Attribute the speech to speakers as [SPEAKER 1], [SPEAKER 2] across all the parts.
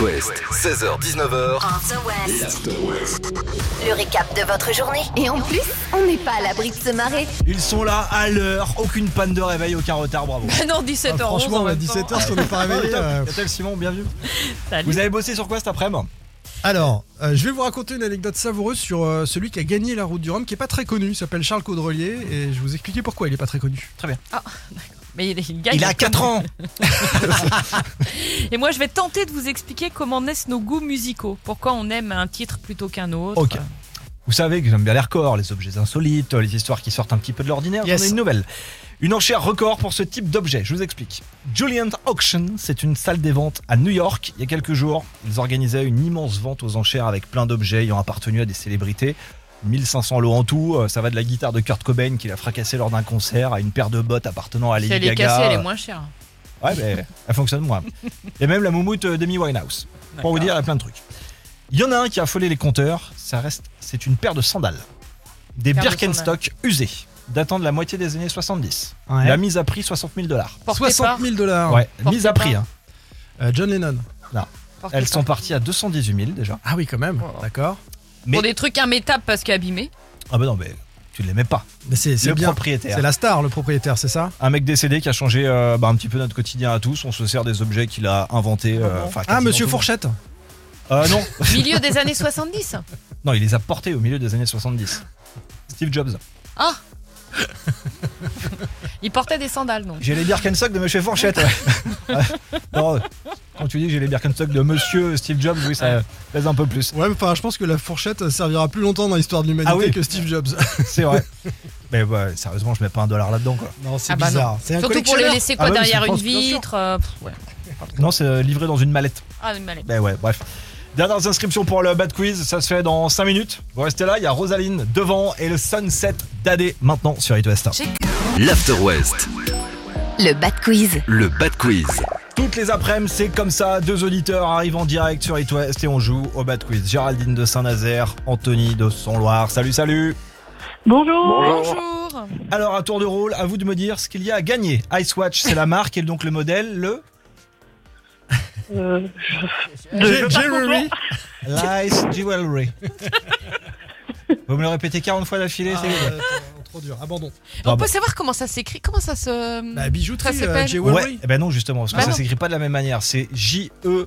[SPEAKER 1] West, 16h-19h,
[SPEAKER 2] After West.
[SPEAKER 1] After West.
[SPEAKER 2] Le récap de votre journée. Et en plus, on n'est pas à l'abri de se marrer.
[SPEAKER 3] Ils sont là à l'heure, aucune panne de réveil, aucun retard, bravo.
[SPEAKER 4] non, 17h11.
[SPEAKER 3] Ah, franchement,
[SPEAKER 4] en
[SPEAKER 3] ouais,
[SPEAKER 4] même temps.
[SPEAKER 5] 17h, si on n'est pas
[SPEAKER 3] Ouais,
[SPEAKER 5] réveillé.
[SPEAKER 3] top.
[SPEAKER 5] euh,
[SPEAKER 3] Yatel, Simon, bienvenue.
[SPEAKER 4] Salut.
[SPEAKER 3] Vous avez bossé sur quoi cet après-midi
[SPEAKER 4] Ah,
[SPEAKER 5] Alors, euh, je vais vous raconter une anecdote savoureuse sur euh, celui qui a gagné la route du Rhum, qui est pas très connu. Il s'appelle Charles Caudrelier, et je vais vous expliquer pourquoi il est pas très connu.
[SPEAKER 4] Mais il, il gagne.
[SPEAKER 3] Il a 4 ans
[SPEAKER 4] Et moi, je vais tenter de vous expliquer comment naissent nos goûts musicaux. Pourquoi on aime un titre plutôt qu'un autre.
[SPEAKER 3] Ok. Vous savez que j'aime bien les records, les objets insolites, les histoires qui sortent un petit peu de l'ordinaire.
[SPEAKER 5] Yes.
[SPEAKER 3] J'en ai une nouvelle. Une enchère record pour ce type d'objet. Je vous explique. Julian Auction, c'est une salle des ventes à New York. Il y a quelques jours, ils organisaient une immense vente aux enchères avec plein d'objets ayant appartenu à des célébrités. 1500 lots en tout. Euh, Ça va de la guitare de Kurt Cobain qu'il a fracassée lors d'un concert à une paire de bottes appartenant à
[SPEAKER 4] Si
[SPEAKER 3] Lady
[SPEAKER 4] elle est
[SPEAKER 3] Gaga.
[SPEAKER 4] cassée, elle est moins chère.
[SPEAKER 3] Ouais, mais elle fonctionne moins. Et même la moumoute euh, d'Amy Winehouse. Pour vous dire, il y a plein de trucs. Il y en a un qui a affolé les compteurs. Ça reste, c'est une paire de sandales. Des
[SPEAKER 4] Paire de
[SPEAKER 3] Birkenstock usées, datant de la moitié des années 70.
[SPEAKER 5] Ouais. Ah.
[SPEAKER 3] La mise à prix 60 000 dollars.
[SPEAKER 4] Portée
[SPEAKER 5] 60 000 dollars.
[SPEAKER 3] Ouais,
[SPEAKER 4] portez
[SPEAKER 3] mise à
[SPEAKER 4] pas.
[SPEAKER 3] prix. hein.
[SPEAKER 5] Euh, John Lennon.
[SPEAKER 4] par- portée
[SPEAKER 3] Elles
[SPEAKER 4] par-
[SPEAKER 3] sont parties à 218 000 déjà.
[SPEAKER 5] Ah oui, quand même.
[SPEAKER 4] Oh.
[SPEAKER 5] D'accord.
[SPEAKER 3] Mais-
[SPEAKER 4] Pour des trucs immétables parce qu'abîmés.
[SPEAKER 3] Ah bah non, mais tu ne les mets pas.
[SPEAKER 5] Mais c'est c'est
[SPEAKER 3] Le
[SPEAKER 5] bien.
[SPEAKER 3] propriétaire.
[SPEAKER 5] C'est la star, le propriétaire, c'est ça
[SPEAKER 3] Un mec décédé qui a changé euh, bah, un petit peu notre quotidien à tous. On se sert des objets qu'il a inventés. euh, enfin,
[SPEAKER 5] Ah,
[SPEAKER 3] quasiment
[SPEAKER 5] Monsieur
[SPEAKER 3] tout le monde.
[SPEAKER 5] Fourchette.
[SPEAKER 3] Euh, Non,
[SPEAKER 4] Milieu des années 70.
[SPEAKER 3] non, il les a portés au milieu des années 70. Steve Jobs.
[SPEAKER 4] Ah Il portait des sandales, donc.
[SPEAKER 3] J'ai les Birkenstock de Monsieur Fourchette. ouais. Ouais. non, quand tu dis que j'ai les Birkenstock de Monsieur Steve Jobs, oui, ça pèse un peu plus.
[SPEAKER 5] Ouais, mais enfin, je pense que la fourchette euh, servira plus longtemps dans l'histoire de l'humanité
[SPEAKER 3] Ah oui.
[SPEAKER 5] que Steve Jobs.
[SPEAKER 3] C'est vrai. Mais bah, sérieusement, je mets pas un dollar là-dedans. Quoi.
[SPEAKER 5] non, c'est
[SPEAKER 4] Ah bah non.
[SPEAKER 5] bizarre. C'est un
[SPEAKER 4] Surtout pour les
[SPEAKER 5] collectionneur.
[SPEAKER 4] laisser quoi
[SPEAKER 3] Ah bah oui,
[SPEAKER 4] derrière
[SPEAKER 3] je
[SPEAKER 4] une
[SPEAKER 3] pense, bien sûr.
[SPEAKER 4] vitre. euh, pff, ouais.
[SPEAKER 3] Non, c'est euh, livré dans une mallette.
[SPEAKER 4] Ah, mais allez.
[SPEAKER 3] Ben ouais, bref. Dernières inscriptions pour le Bad Quiz, ça se fait dans 5 minutes. Vous restez là, il y a Rosaline devant et le Sunset d'Adé maintenant sur It West.
[SPEAKER 1] L'After West,
[SPEAKER 2] Le Bad Quiz.
[SPEAKER 1] le Bad Quiz.
[SPEAKER 3] Toutes les après-midi, c'est comme ça. Deux auditeurs arrivent en direct sur It West et on joue au Bad Quiz. Géraldine de Saint-Nazaire, Anthony de Saint-Loire. Salut, salut.
[SPEAKER 6] Bonjour.
[SPEAKER 3] Ah
[SPEAKER 4] Bonjour.
[SPEAKER 3] Alors, à tour de rôle, à vous de me dire ce qu'il y a à gagner. Icewatch, c'est la marque et donc le modèle, le
[SPEAKER 6] Euh,
[SPEAKER 5] J- Jerry.
[SPEAKER 3] Lice Jewelry. Vous me le répétez 40 fois d'affilée, c'est
[SPEAKER 4] Ah.
[SPEAKER 5] Euh, attends, trop dur. Abandon.
[SPEAKER 3] Ah
[SPEAKER 4] On
[SPEAKER 3] bah.
[SPEAKER 4] peut savoir comment ça s'écrit Comment ça se.
[SPEAKER 5] La bijouterie.
[SPEAKER 4] Hmm. Ça s'appelle-
[SPEAKER 5] euh, Jewelry.
[SPEAKER 3] Ouais, eh ben non, justement, parce que
[SPEAKER 4] Bah
[SPEAKER 3] ça
[SPEAKER 4] non.
[SPEAKER 3] s'écrit pas de la même manière. C'est E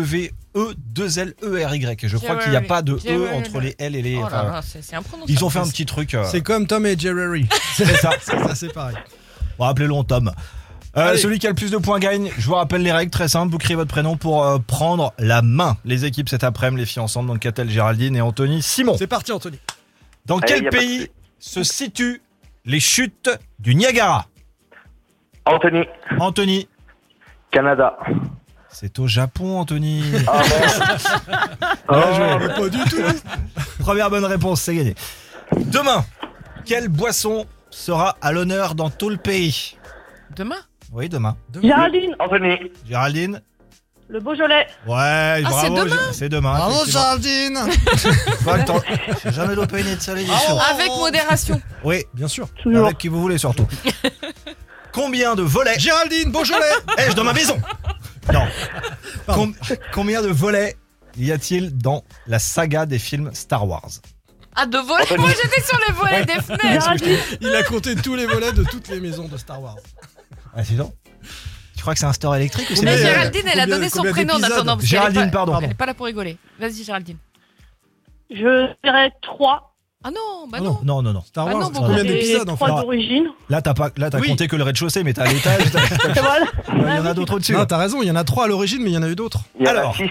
[SPEAKER 3] J-E-W-E-2-L-E-R-Y. Et E je crois qu'il n'y a
[SPEAKER 4] Jewelry.
[SPEAKER 3] pas de E
[SPEAKER 4] Jewelry.
[SPEAKER 3] entre les L et les.
[SPEAKER 4] Oh
[SPEAKER 3] enfin,
[SPEAKER 4] là là, c'est c'est imprononçable.
[SPEAKER 3] ils ont fait un petit truc. euh,
[SPEAKER 5] C'est comme Tom et Jerry.
[SPEAKER 3] C'est ça.
[SPEAKER 5] ça, c'est pareil.
[SPEAKER 3] Bon, appelez-le Tom. Euh,
[SPEAKER 5] Allez.
[SPEAKER 3] celui qui a le plus de points gagne. Je vous rappelle les règles très simples. Vous criez votre prénom pour euh, prendre la main. Les équipes cet après-midi, les filles ensemble, donc Catel, Géraldine et Anthony Simon.
[SPEAKER 5] C'est parti, Anthony.
[SPEAKER 3] Dans
[SPEAKER 6] Allez,
[SPEAKER 3] quel
[SPEAKER 6] y a pas de
[SPEAKER 3] pays
[SPEAKER 6] souci.
[SPEAKER 3] se situent les chutes du Niagara
[SPEAKER 6] Anthony,
[SPEAKER 3] Anthony,
[SPEAKER 6] Canada.
[SPEAKER 3] c'est au Japon, Anthony.
[SPEAKER 6] Ah, bon. Ah, oh.
[SPEAKER 3] Bien joué.
[SPEAKER 5] Pas du tout.
[SPEAKER 3] Première bonne réponse, c'est gagné. Demain, quelle boisson sera à l'honneur dans tout le pays
[SPEAKER 4] Demain
[SPEAKER 3] Oui, demain.
[SPEAKER 6] Géraldine. Anthony,
[SPEAKER 3] Géraldine
[SPEAKER 6] le Beaujolais.
[SPEAKER 3] Ouais, bravo,
[SPEAKER 4] Ah, c'est demain
[SPEAKER 3] Gé- c'est demain.
[SPEAKER 5] Bravo,
[SPEAKER 3] effectivement.
[SPEAKER 5] Jardine.
[SPEAKER 3] Pas le temps. J'ai jamais loupé une de soleil.
[SPEAKER 4] Avec
[SPEAKER 3] Oh.
[SPEAKER 4] modération.
[SPEAKER 3] Oui,
[SPEAKER 5] Bien sûr.
[SPEAKER 6] Toujours.
[SPEAKER 3] Avec qui vous voulez surtout. Combien de volets
[SPEAKER 5] Géraldine, bonjour les.
[SPEAKER 3] ai-je dans ma maison Non.
[SPEAKER 5] Pardon.
[SPEAKER 3] Com- combien de volets y a-t-il dans la saga des films Star Wars
[SPEAKER 4] Ah, de voler Moi, j'étais sur les volets des fenêtres.
[SPEAKER 6] Géraldine.
[SPEAKER 5] Il a compté tous les volets de toutes les maisons de Star Wars.
[SPEAKER 3] Ah, c'est long. Tu crois que c'est un store électrique ou c'est
[SPEAKER 4] Mais
[SPEAKER 5] Mais, euh,
[SPEAKER 4] Géraldine, elle a
[SPEAKER 5] combien-
[SPEAKER 4] donné son
[SPEAKER 5] combien
[SPEAKER 4] prénom en
[SPEAKER 5] d'épisodes
[SPEAKER 4] attendant. parce qu'elle est
[SPEAKER 3] Géraldine,
[SPEAKER 4] pas-
[SPEAKER 3] pardon.
[SPEAKER 4] Elle n'est pas là pour rigoler. Vas-y, Géraldine.
[SPEAKER 7] Je dirais 3.
[SPEAKER 4] Ah non, bah
[SPEAKER 3] Non,
[SPEAKER 4] non.
[SPEAKER 3] non, non, non.
[SPEAKER 5] Star
[SPEAKER 4] Ah
[SPEAKER 5] Wars,
[SPEAKER 4] non,
[SPEAKER 5] c'est
[SPEAKER 4] beaucoup.
[SPEAKER 5] combien
[SPEAKER 3] Il y a
[SPEAKER 7] Et
[SPEAKER 5] d'épisodes en fait
[SPEAKER 7] 3 d'origine.
[SPEAKER 3] Là, t'as pas, là, t'as
[SPEAKER 5] Oui.
[SPEAKER 3] compté que le rez-de-chaussée, mais t'as l'étage. t'as-
[SPEAKER 7] Voilà.
[SPEAKER 3] Il
[SPEAKER 4] Bah
[SPEAKER 3] y en
[SPEAKER 7] Ah
[SPEAKER 3] a
[SPEAKER 7] oui.
[SPEAKER 3] d'autres au-dessus.
[SPEAKER 5] Non, t'as raison, il y en a trois à l'origine, mais il y en a eu d'autres.
[SPEAKER 6] Il y en a
[SPEAKER 3] Alors.
[SPEAKER 6] six.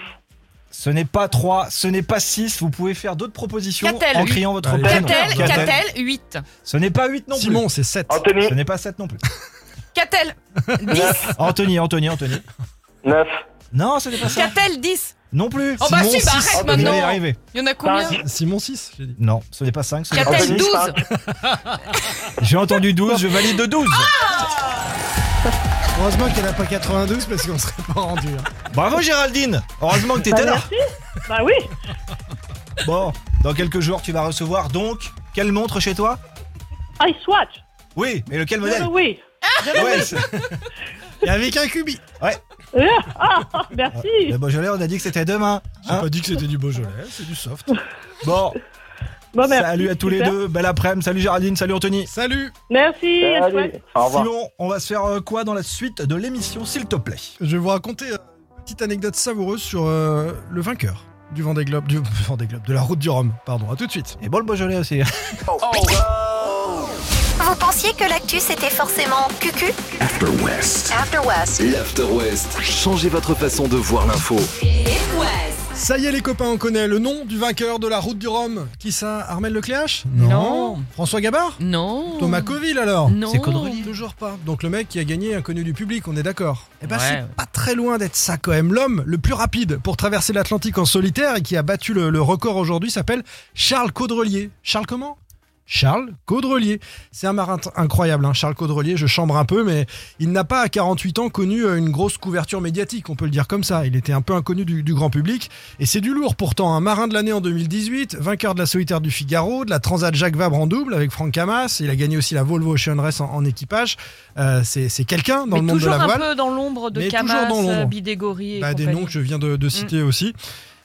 [SPEAKER 3] Ce n'est pas 3, ce n'est pas 6. Vous pouvez faire d'autres propositions
[SPEAKER 4] Quatel,
[SPEAKER 3] en
[SPEAKER 4] oui.
[SPEAKER 3] criant votre
[SPEAKER 5] Allez.
[SPEAKER 3] prénom.
[SPEAKER 4] Catel,
[SPEAKER 3] Quatel.
[SPEAKER 4] Catel, 8.
[SPEAKER 3] Ce n'est pas 8 non plus.
[SPEAKER 5] Simon, c'est 7.
[SPEAKER 6] Anthony,
[SPEAKER 3] Ce n'est pas 7 non plus.
[SPEAKER 4] Catel, 10.
[SPEAKER 3] Anthony, Anthony, Anthony.
[SPEAKER 6] 9.
[SPEAKER 3] Non, ce n'est pas ça.
[SPEAKER 4] Catel, 10.
[SPEAKER 3] Non plus.
[SPEAKER 4] Oh bah
[SPEAKER 3] Simon,
[SPEAKER 4] si, bah
[SPEAKER 3] six.
[SPEAKER 4] arrête
[SPEAKER 3] Vous allez y
[SPEAKER 4] maintenant.
[SPEAKER 3] arriver.
[SPEAKER 4] Il y en a combien
[SPEAKER 6] Cinq.
[SPEAKER 5] Simon 6, j'ai dit.
[SPEAKER 3] Non, ce n'est pas 5.
[SPEAKER 4] Catel,
[SPEAKER 6] Anthony,
[SPEAKER 4] 12.
[SPEAKER 6] cinq.
[SPEAKER 3] J'ai entendu 12, je valide de 12.
[SPEAKER 4] Ah
[SPEAKER 5] Heureusement qu'elle a pas 92 parce qu'on serait pas rendu. hein.
[SPEAKER 3] Bravo Géraldine. Heureusement que t'étais
[SPEAKER 7] Bah,
[SPEAKER 3] là.
[SPEAKER 7] merci. Bah oui.
[SPEAKER 3] Bon, dans quelques jours, tu vas recevoir donc quelle montre chez toi
[SPEAKER 7] Ice Watch.
[SPEAKER 3] Oui, mais lequel modèle
[SPEAKER 7] Oui.
[SPEAKER 3] Ouais, c'est-
[SPEAKER 5] Et avec un cubi.
[SPEAKER 3] Ouais.
[SPEAKER 7] Euh, ah, merci.
[SPEAKER 3] Le Beaujolais, on a dit que c'était demain.
[SPEAKER 5] J'ai
[SPEAKER 3] hein
[SPEAKER 5] pas dit que c'était du Beaujolais, c'est du soft.
[SPEAKER 3] bon,
[SPEAKER 7] Bon, Oh, merci.
[SPEAKER 3] salut à tous les
[SPEAKER 7] Super.
[SPEAKER 3] deux. Belle après-midi. Salut Géraldine, salut Anthony.
[SPEAKER 5] Salut
[SPEAKER 7] Merci. à toi.
[SPEAKER 6] Salut. Au revoir.
[SPEAKER 3] Sinon, on va se faire euh, quoi dans la suite de l'émission, s'il te plaît
[SPEAKER 5] Je vais vous raconter euh, une petite anecdote savoureuse sur euh, le vainqueur du Vendée Globe, du Vendée Globe, de la route du Rhum. Pardon, à tout de suite.
[SPEAKER 3] Et bon, le Beaujolais aussi. hein.
[SPEAKER 2] Vous pensiez que l'actu c'était forcément cucu
[SPEAKER 1] After West.
[SPEAKER 2] After West.
[SPEAKER 1] L'After West. Changez votre façon de voir l'info.
[SPEAKER 5] Ça y est les copains, on connaît le nom du vainqueur de la route du Rhum. Qui ça Armel Lecléache
[SPEAKER 4] Non.
[SPEAKER 5] François Gabard
[SPEAKER 4] Non.
[SPEAKER 5] Thomas Coville alors
[SPEAKER 4] Non.
[SPEAKER 3] C'est Caudrelier.
[SPEAKER 5] Toujours pas. Donc le mec qui a gagné inconnu du public, on est d'accord. Eh ben
[SPEAKER 4] Ouais.
[SPEAKER 5] c'est pas très loin d'être ça quand même. L'homme le plus rapide pour traverser l'Atlantique en solitaire et qui a battu le, le record aujourd'hui s'appelle Charles Caudrelier. Charles comment Charles Caudrelier. C'est un marin t- incroyable, hein. Charles Caudrelier, je chambre un peu, mais il n'a pas à 48 ans connu euh, une grosse couverture médiatique, on peut le dire comme ça. Il était un peu inconnu du, du grand public, et c'est du lourd pourtant. Un marin de l'année en 2018, vainqueur de la solitaire du Figaro, de la Transat Jacques Vabre en double avec Franck Hamas, il a gagné aussi la Volvo Ocean Race en, en équipage. Euh, c'est c'est quelqu'un dans
[SPEAKER 4] Mais
[SPEAKER 5] le monde de
[SPEAKER 4] toujours
[SPEAKER 5] la
[SPEAKER 4] un
[SPEAKER 5] voile.
[SPEAKER 4] peu dans l'ombre de
[SPEAKER 5] Mais toujours dans
[SPEAKER 4] Camas,
[SPEAKER 5] l'ombre.
[SPEAKER 4] Bidégory et
[SPEAKER 5] Bah, des
[SPEAKER 4] compagnie. Mm.
[SPEAKER 5] noms que je viens de, de citer aussi.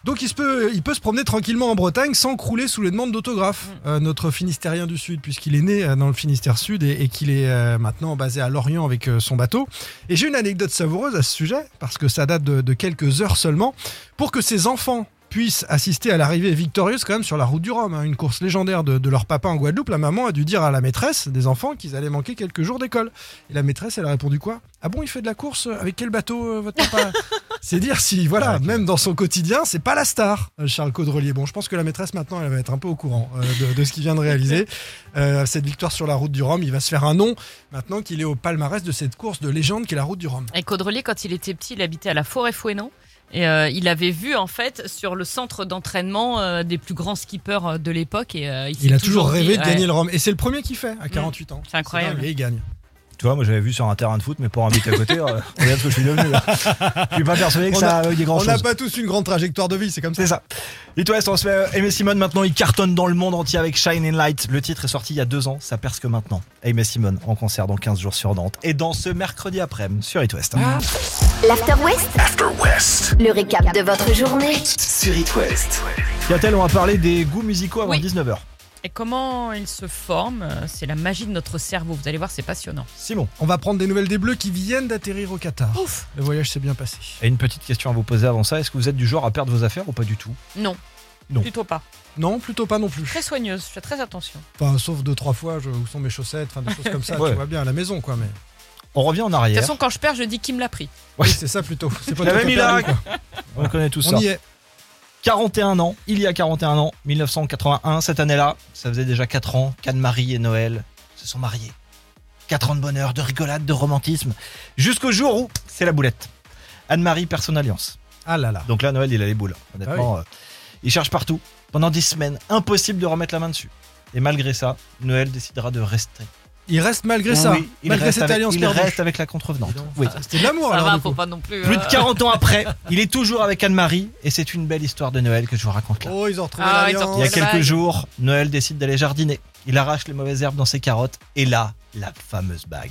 [SPEAKER 5] Donc il se peut, il peut se promener tranquillement en Bretagne sans crouler sous les demandes d'autographes.
[SPEAKER 4] Mm.
[SPEAKER 5] Euh, notre Finistérien du Sud, puisqu'il est né euh, dans le Finistère Sud et, et qu'il est euh, maintenant basé à Lorient avec euh, son bateau. Et j'ai une anecdote savoureuse à ce sujet, parce que ça date de, de quelques heures seulement, pour que ses enfants puissent assister à l'arrivée victorieuse quand même sur la route du Rhum, hein, une course légendaire de, de leur papa en Guadeloupe. La maman a dû dire à la maîtresse des enfants qu'ils allaient manquer quelques jours d'école. Et la maîtresse, elle a répondu quoi Ah bon, il fait de la course Avec quel bateau euh, votre papa C'est dire si, voilà, même dans son quotidien, c'est pas la star, euh, Charles Caudrelier. Bon, je pense que la maîtresse maintenant, elle va être un peu au courant euh, de, de ce qu'il vient de réaliser. Euh, cette victoire sur la route du Rhum, il va se faire un nom maintenant qu'il est au palmarès de cette course de légende qu'est la route du Rhum.
[SPEAKER 4] Et Caudrelier, quand il était petit, il habitait à la forêt Fouenon. Et euh, il avait vu, en fait, sur le centre d'entraînement euh, des plus grands skippers euh, de l'époque. Et euh, il,
[SPEAKER 5] Il a toujours Mm. rêvé de gagner
[SPEAKER 4] le
[SPEAKER 5] le Rhum. Et c'est le premier qu'il fait à 48 ans.
[SPEAKER 4] C'est incroyable.
[SPEAKER 5] dingue, Et il gagne.
[SPEAKER 3] Tu vois, moi j'avais vu sur un terrain de foot, mais pour un but à côté, euh, regarde ce que je suis devenu là. Je suis pas persuadé que
[SPEAKER 5] On
[SPEAKER 3] ça
[SPEAKER 5] a-
[SPEAKER 3] a eu des grands
[SPEAKER 5] On n'a
[SPEAKER 3] choses.
[SPEAKER 5] pas tous une grande trajectoire de vie, c'est comme ça.
[SPEAKER 3] C'est ça. It West, on se fait euh, Aimé Simone maintenant, il cartonne dans le monde entier avec Shine and Light. Le titre est sorti il y a deux ans, ça perce que maintenant. Aimé Simone en concert dans 15 jours sur Nantes et dans ce mercredi après-midi sur It West.
[SPEAKER 5] Ah.
[SPEAKER 2] L'After West,
[SPEAKER 1] After West.
[SPEAKER 2] le récap de votre journée.
[SPEAKER 1] Sur It West.
[SPEAKER 3] Yatel, on va parler des goûts musicaux avant
[SPEAKER 4] Oui.
[SPEAKER 3] 19h.
[SPEAKER 4] Et comment il se forme euh, C'est la magie de notre cerveau. Vous allez voir, c'est passionnant.
[SPEAKER 3] Simon,
[SPEAKER 5] On va prendre des nouvelles des Bleus qui viennent d'atterrir au Qatar.
[SPEAKER 4] Ouf
[SPEAKER 5] Le voyage s'est bien passé.
[SPEAKER 3] et une petite question à vous poser avant ça. Est-ce que vous êtes du genre à perdre vos affaires ou pas du tout
[SPEAKER 4] Non.
[SPEAKER 3] Non.
[SPEAKER 4] Plutôt pas.
[SPEAKER 5] Non, plutôt pas non plus.
[SPEAKER 4] Très soigneuse, je fais très attention.
[SPEAKER 5] Enfin, sauf deux, trois fois, je- où sont mes chaussettes, enfin des choses comme ça,
[SPEAKER 3] Ouais.
[SPEAKER 5] tu vois bien à la maison, quoi. Mais
[SPEAKER 3] On revient en
[SPEAKER 4] De toute
[SPEAKER 3] arrière.
[SPEAKER 4] façon, quand je perds, je dis qui me l'a pris.
[SPEAKER 3] Ouais.
[SPEAKER 5] Oui, c'est ça plutôt. C'est pas
[SPEAKER 3] La
[SPEAKER 5] toi
[SPEAKER 3] même
[SPEAKER 5] qui as perdu,
[SPEAKER 3] Irak.
[SPEAKER 5] quoi.
[SPEAKER 3] on connaît tout ça.
[SPEAKER 5] On y est.
[SPEAKER 3] 41 ans, il y a 41 ans, 1981, cette année-là, ça faisait déjà 4 ans qu'Anne-Marie et Noël se sont mariés. 4 ans de bonheur, de rigolade, de romantisme, jusqu'au jour où c'est la boulette. Anne-Marie perd son alliance.
[SPEAKER 5] Ah là là.
[SPEAKER 3] Donc là, Noël, il a les boules. Honnêtement,
[SPEAKER 5] Ah
[SPEAKER 3] euh, il cherche partout. Pendant 10 semaines, impossible de remettre la main dessus. Et malgré ça, Noël décidera de rester.
[SPEAKER 5] Il reste malgré ça,
[SPEAKER 3] Ah Oui, il,
[SPEAKER 5] malgré
[SPEAKER 3] reste
[SPEAKER 5] cette
[SPEAKER 3] avec,
[SPEAKER 5] alliance
[SPEAKER 3] il
[SPEAKER 5] perdue.
[SPEAKER 3] reste avec la contrevenante.
[SPEAKER 5] Dis donc.
[SPEAKER 3] Oui.
[SPEAKER 5] C'était de l'amour
[SPEAKER 4] Ça
[SPEAKER 5] Oh, alors.
[SPEAKER 4] va,
[SPEAKER 5] du
[SPEAKER 4] faut
[SPEAKER 5] coup.
[SPEAKER 4] pas non plus.
[SPEAKER 3] Plus de
[SPEAKER 4] euh,
[SPEAKER 3] 40 ans après, il est toujours avec Anne-Marie et c'est une belle histoire de Noël que je vous raconte là.
[SPEAKER 5] Oh, ils ont retrouvé
[SPEAKER 4] Ah, ils ont
[SPEAKER 5] l'alliance.
[SPEAKER 3] Il y a
[SPEAKER 4] Oh, la
[SPEAKER 3] quelques
[SPEAKER 4] vague.
[SPEAKER 3] jours, Noël décide d'aller jardiner. Il arrache les mauvaises herbes dans ses carottes et là, la fameuse bague.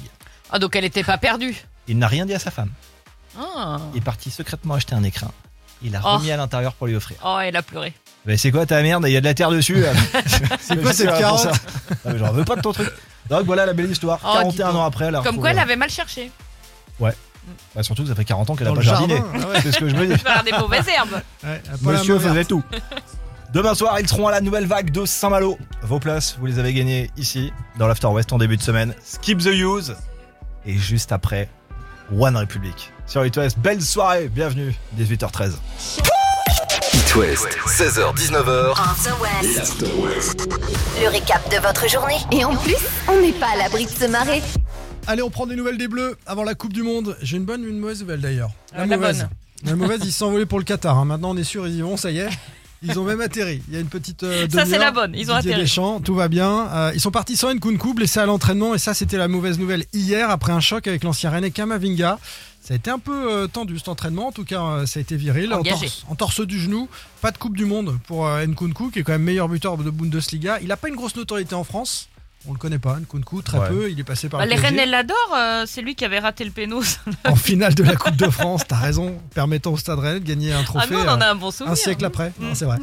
[SPEAKER 4] Ah, donc elle était pas perdue.
[SPEAKER 3] Il n'a rien dit à sa femme.
[SPEAKER 4] Ah.
[SPEAKER 3] Il est parti secrètement acheter un écrin. Il l'a
[SPEAKER 4] Oh.
[SPEAKER 3] remis à l'intérieur pour lui offrir.
[SPEAKER 4] Oh, elle a pleuré.
[SPEAKER 3] Mais c'est quoi ta merde Il y a de la terre dessus.
[SPEAKER 5] C'est quoi cette carotte
[SPEAKER 3] Non, mais J'en veux pas de ton truc. Donc voilà la belle histoire.
[SPEAKER 4] Oh,
[SPEAKER 3] 41
[SPEAKER 4] dis donc.
[SPEAKER 3] ans après, elle a
[SPEAKER 4] Comme
[SPEAKER 3] retrouvé-
[SPEAKER 4] quoi,
[SPEAKER 5] hein.
[SPEAKER 4] elle avait mal cherché.
[SPEAKER 3] Bah, surtout que ça fait 40 ans qu'elle a
[SPEAKER 5] Dans
[SPEAKER 3] pas
[SPEAKER 5] le
[SPEAKER 3] jardiné.
[SPEAKER 5] jardin. Ah ouais.
[SPEAKER 3] C'est ce que je me dis.
[SPEAKER 4] Faire des mauvaises herbes.
[SPEAKER 5] Ouais, elle a pas la
[SPEAKER 3] Monsieur
[SPEAKER 5] main verte.
[SPEAKER 3] faisait tout. Demain soir, ils seront à la nouvelle vague de Saint-Malo. Vos places, vous les avez gagnées ici, dans l'After West en début de semaine. Skip the use. Et juste après, One Republic. Sur It West, belle soirée, bienvenue, 18h13.
[SPEAKER 1] It West. 16h-19h.
[SPEAKER 2] After West,
[SPEAKER 1] L'After West.
[SPEAKER 2] le récap de votre journée. Et en plus, on n'est pas à l'abri de se marrer.
[SPEAKER 5] Allez, on prend des nouvelles des Bleus avant la Coupe du Monde. J'ai une bonne ou une mauvaise nouvelle d'ailleurs
[SPEAKER 4] Ah, la
[SPEAKER 5] mauvaise.
[SPEAKER 4] bonne.
[SPEAKER 5] La mauvaise, ils se sont envolés pour le Qatar. hein. Maintenant, on est sûr, ils y vont, ça y est. Ils ont même atterri. Il y a une petite. euh,
[SPEAKER 4] Ça, c'est
[SPEAKER 5] demi-heure.
[SPEAKER 4] la bonne. Ils ont
[SPEAKER 5] Didier
[SPEAKER 4] atterri.
[SPEAKER 5] Deschamps, tout va bien. Euh, ils sont partis sans Nkunku, blessé à l'entraînement. Et ça, c'était la mauvaise nouvelle hier, après un choc avec l'ancien René Kamavinga. Ça a été un peu euh, tendu cet entraînement. En tout cas, euh, ça a été viril. En
[SPEAKER 4] Engagé.
[SPEAKER 5] torse, en torse du genou. Pas de Coupe du Monde pour euh, Nkunku, qui est quand même meilleur buteur de Bundesliga. Il n'a pas une grosse notoriété en France. On le connaît pas, Nkunku, très
[SPEAKER 3] Ouais.
[SPEAKER 5] peu. Il est passé par
[SPEAKER 4] Bah,
[SPEAKER 5] le
[SPEAKER 4] les
[SPEAKER 5] PSG.
[SPEAKER 4] Rennes, elles l'adorent. euh, c'est lui qui avait raté le péno.
[SPEAKER 5] en finale de la Coupe de France, t'as raison, permettant au Stade Rennais de gagner un
[SPEAKER 4] Ah
[SPEAKER 5] trophée
[SPEAKER 4] non, on en
[SPEAKER 5] euh,
[SPEAKER 4] a un bon souvenir. Mm.
[SPEAKER 5] un siècle après. Non, c'est vrai.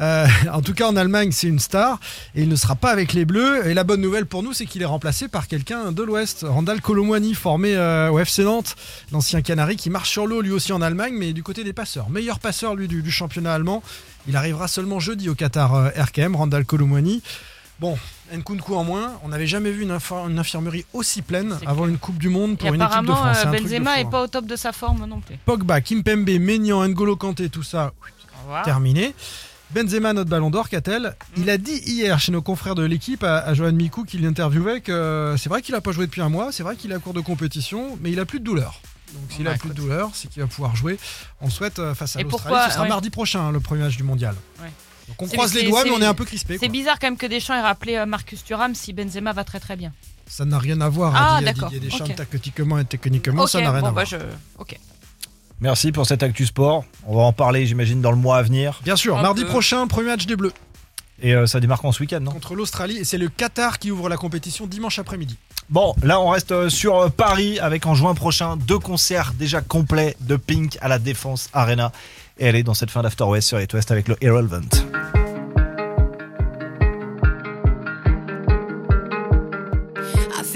[SPEAKER 5] Euh, en tout cas, en Allemagne, c'est une star et il ne sera pas avec les Bleus. Et la bonne nouvelle pour nous, c'est qu'il est remplacé par quelqu'un de l'Ouest, Randall Colomwani, formé euh, au FC Nantes, l'ancien Canari qui marche sur l'eau lui aussi en Allemagne, mais du côté des passeurs. Meilleur passeur lui du, du championnat allemand. Il arrivera seulement jeudi au Qatar euh, RKM, Randall Colomwani. Bon, Nkunku en moins, on n'avait jamais vu une, infor- une infirmerie aussi pleine
[SPEAKER 4] C'est
[SPEAKER 5] avant une Coupe du Monde
[SPEAKER 4] Et
[SPEAKER 5] pour une équipe de
[SPEAKER 4] apparemment,
[SPEAKER 5] France.
[SPEAKER 4] euh,
[SPEAKER 5] C'est un truc de
[SPEAKER 4] Benzema
[SPEAKER 5] fou,
[SPEAKER 4] est
[SPEAKER 5] hein.
[SPEAKER 4] pas au top de sa forme non plus.
[SPEAKER 5] Pogba, Kimpembe, Maignan, N'Golo Kanté, tout ça,
[SPEAKER 4] Au revoir.
[SPEAKER 5] terminé. Benzema, notre ballon d'or, qu'a-t-elle
[SPEAKER 4] Mm.
[SPEAKER 5] Il a dit hier chez nos confrères de l'équipe, à, à Johan Mikou, qui l'interviewait, que euh, c'est vrai qu'il n'a pas joué depuis un mois, c'est vrai qu'il est à cours de compétition, mais il a plus de douleur. Donc s'il a
[SPEAKER 4] Ouais,
[SPEAKER 5] plus de douleur, c'est qu'il va pouvoir jouer. On souhaite euh, face à
[SPEAKER 4] Et
[SPEAKER 5] l'Australie.
[SPEAKER 4] pourquoi-
[SPEAKER 5] Ce sera
[SPEAKER 4] ouais.
[SPEAKER 5] mardi prochain, hein, le premier match du mondial.
[SPEAKER 4] Ouais.
[SPEAKER 5] Donc on
[SPEAKER 4] C'est-
[SPEAKER 5] croise les
[SPEAKER 4] c'est-
[SPEAKER 5] doigts, mais
[SPEAKER 4] c'est-
[SPEAKER 5] on est un peu crispé.
[SPEAKER 4] C'est
[SPEAKER 5] quoi.
[SPEAKER 4] bizarre quand même que Deschamps ait rappelé euh, Marcus Thuram si Benzema va très très bien.
[SPEAKER 5] Ça n'a rien à voir.
[SPEAKER 4] Ah,
[SPEAKER 5] a dit- a dit-
[SPEAKER 4] d'accord.
[SPEAKER 5] Il y a des champs
[SPEAKER 4] Ok.
[SPEAKER 5] tactiquement et techniquement,
[SPEAKER 4] ok,
[SPEAKER 5] ça n'a rien
[SPEAKER 4] bon,
[SPEAKER 5] à
[SPEAKER 4] bah,
[SPEAKER 5] voir.
[SPEAKER 4] je... ok.
[SPEAKER 3] Merci pour cet actu sport. On va en parler, j'imagine, dans le mois à venir.
[SPEAKER 5] Bien sûr,
[SPEAKER 4] Un
[SPEAKER 5] mardi
[SPEAKER 4] peu.
[SPEAKER 5] prochain, premier match des Bleus.
[SPEAKER 3] Et euh, ça démarque en ce week-end, non
[SPEAKER 5] contre l'Australie et c'est le Qatar qui ouvre la compétition dimanche après-midi.
[SPEAKER 3] Bon, là, on reste euh, sur euh, Paris avec en juin prochain deux concerts déjà complets de Pink à la Défense Arena. Et elle est dans cette fin d'After West sur It West avec le Irrelevant.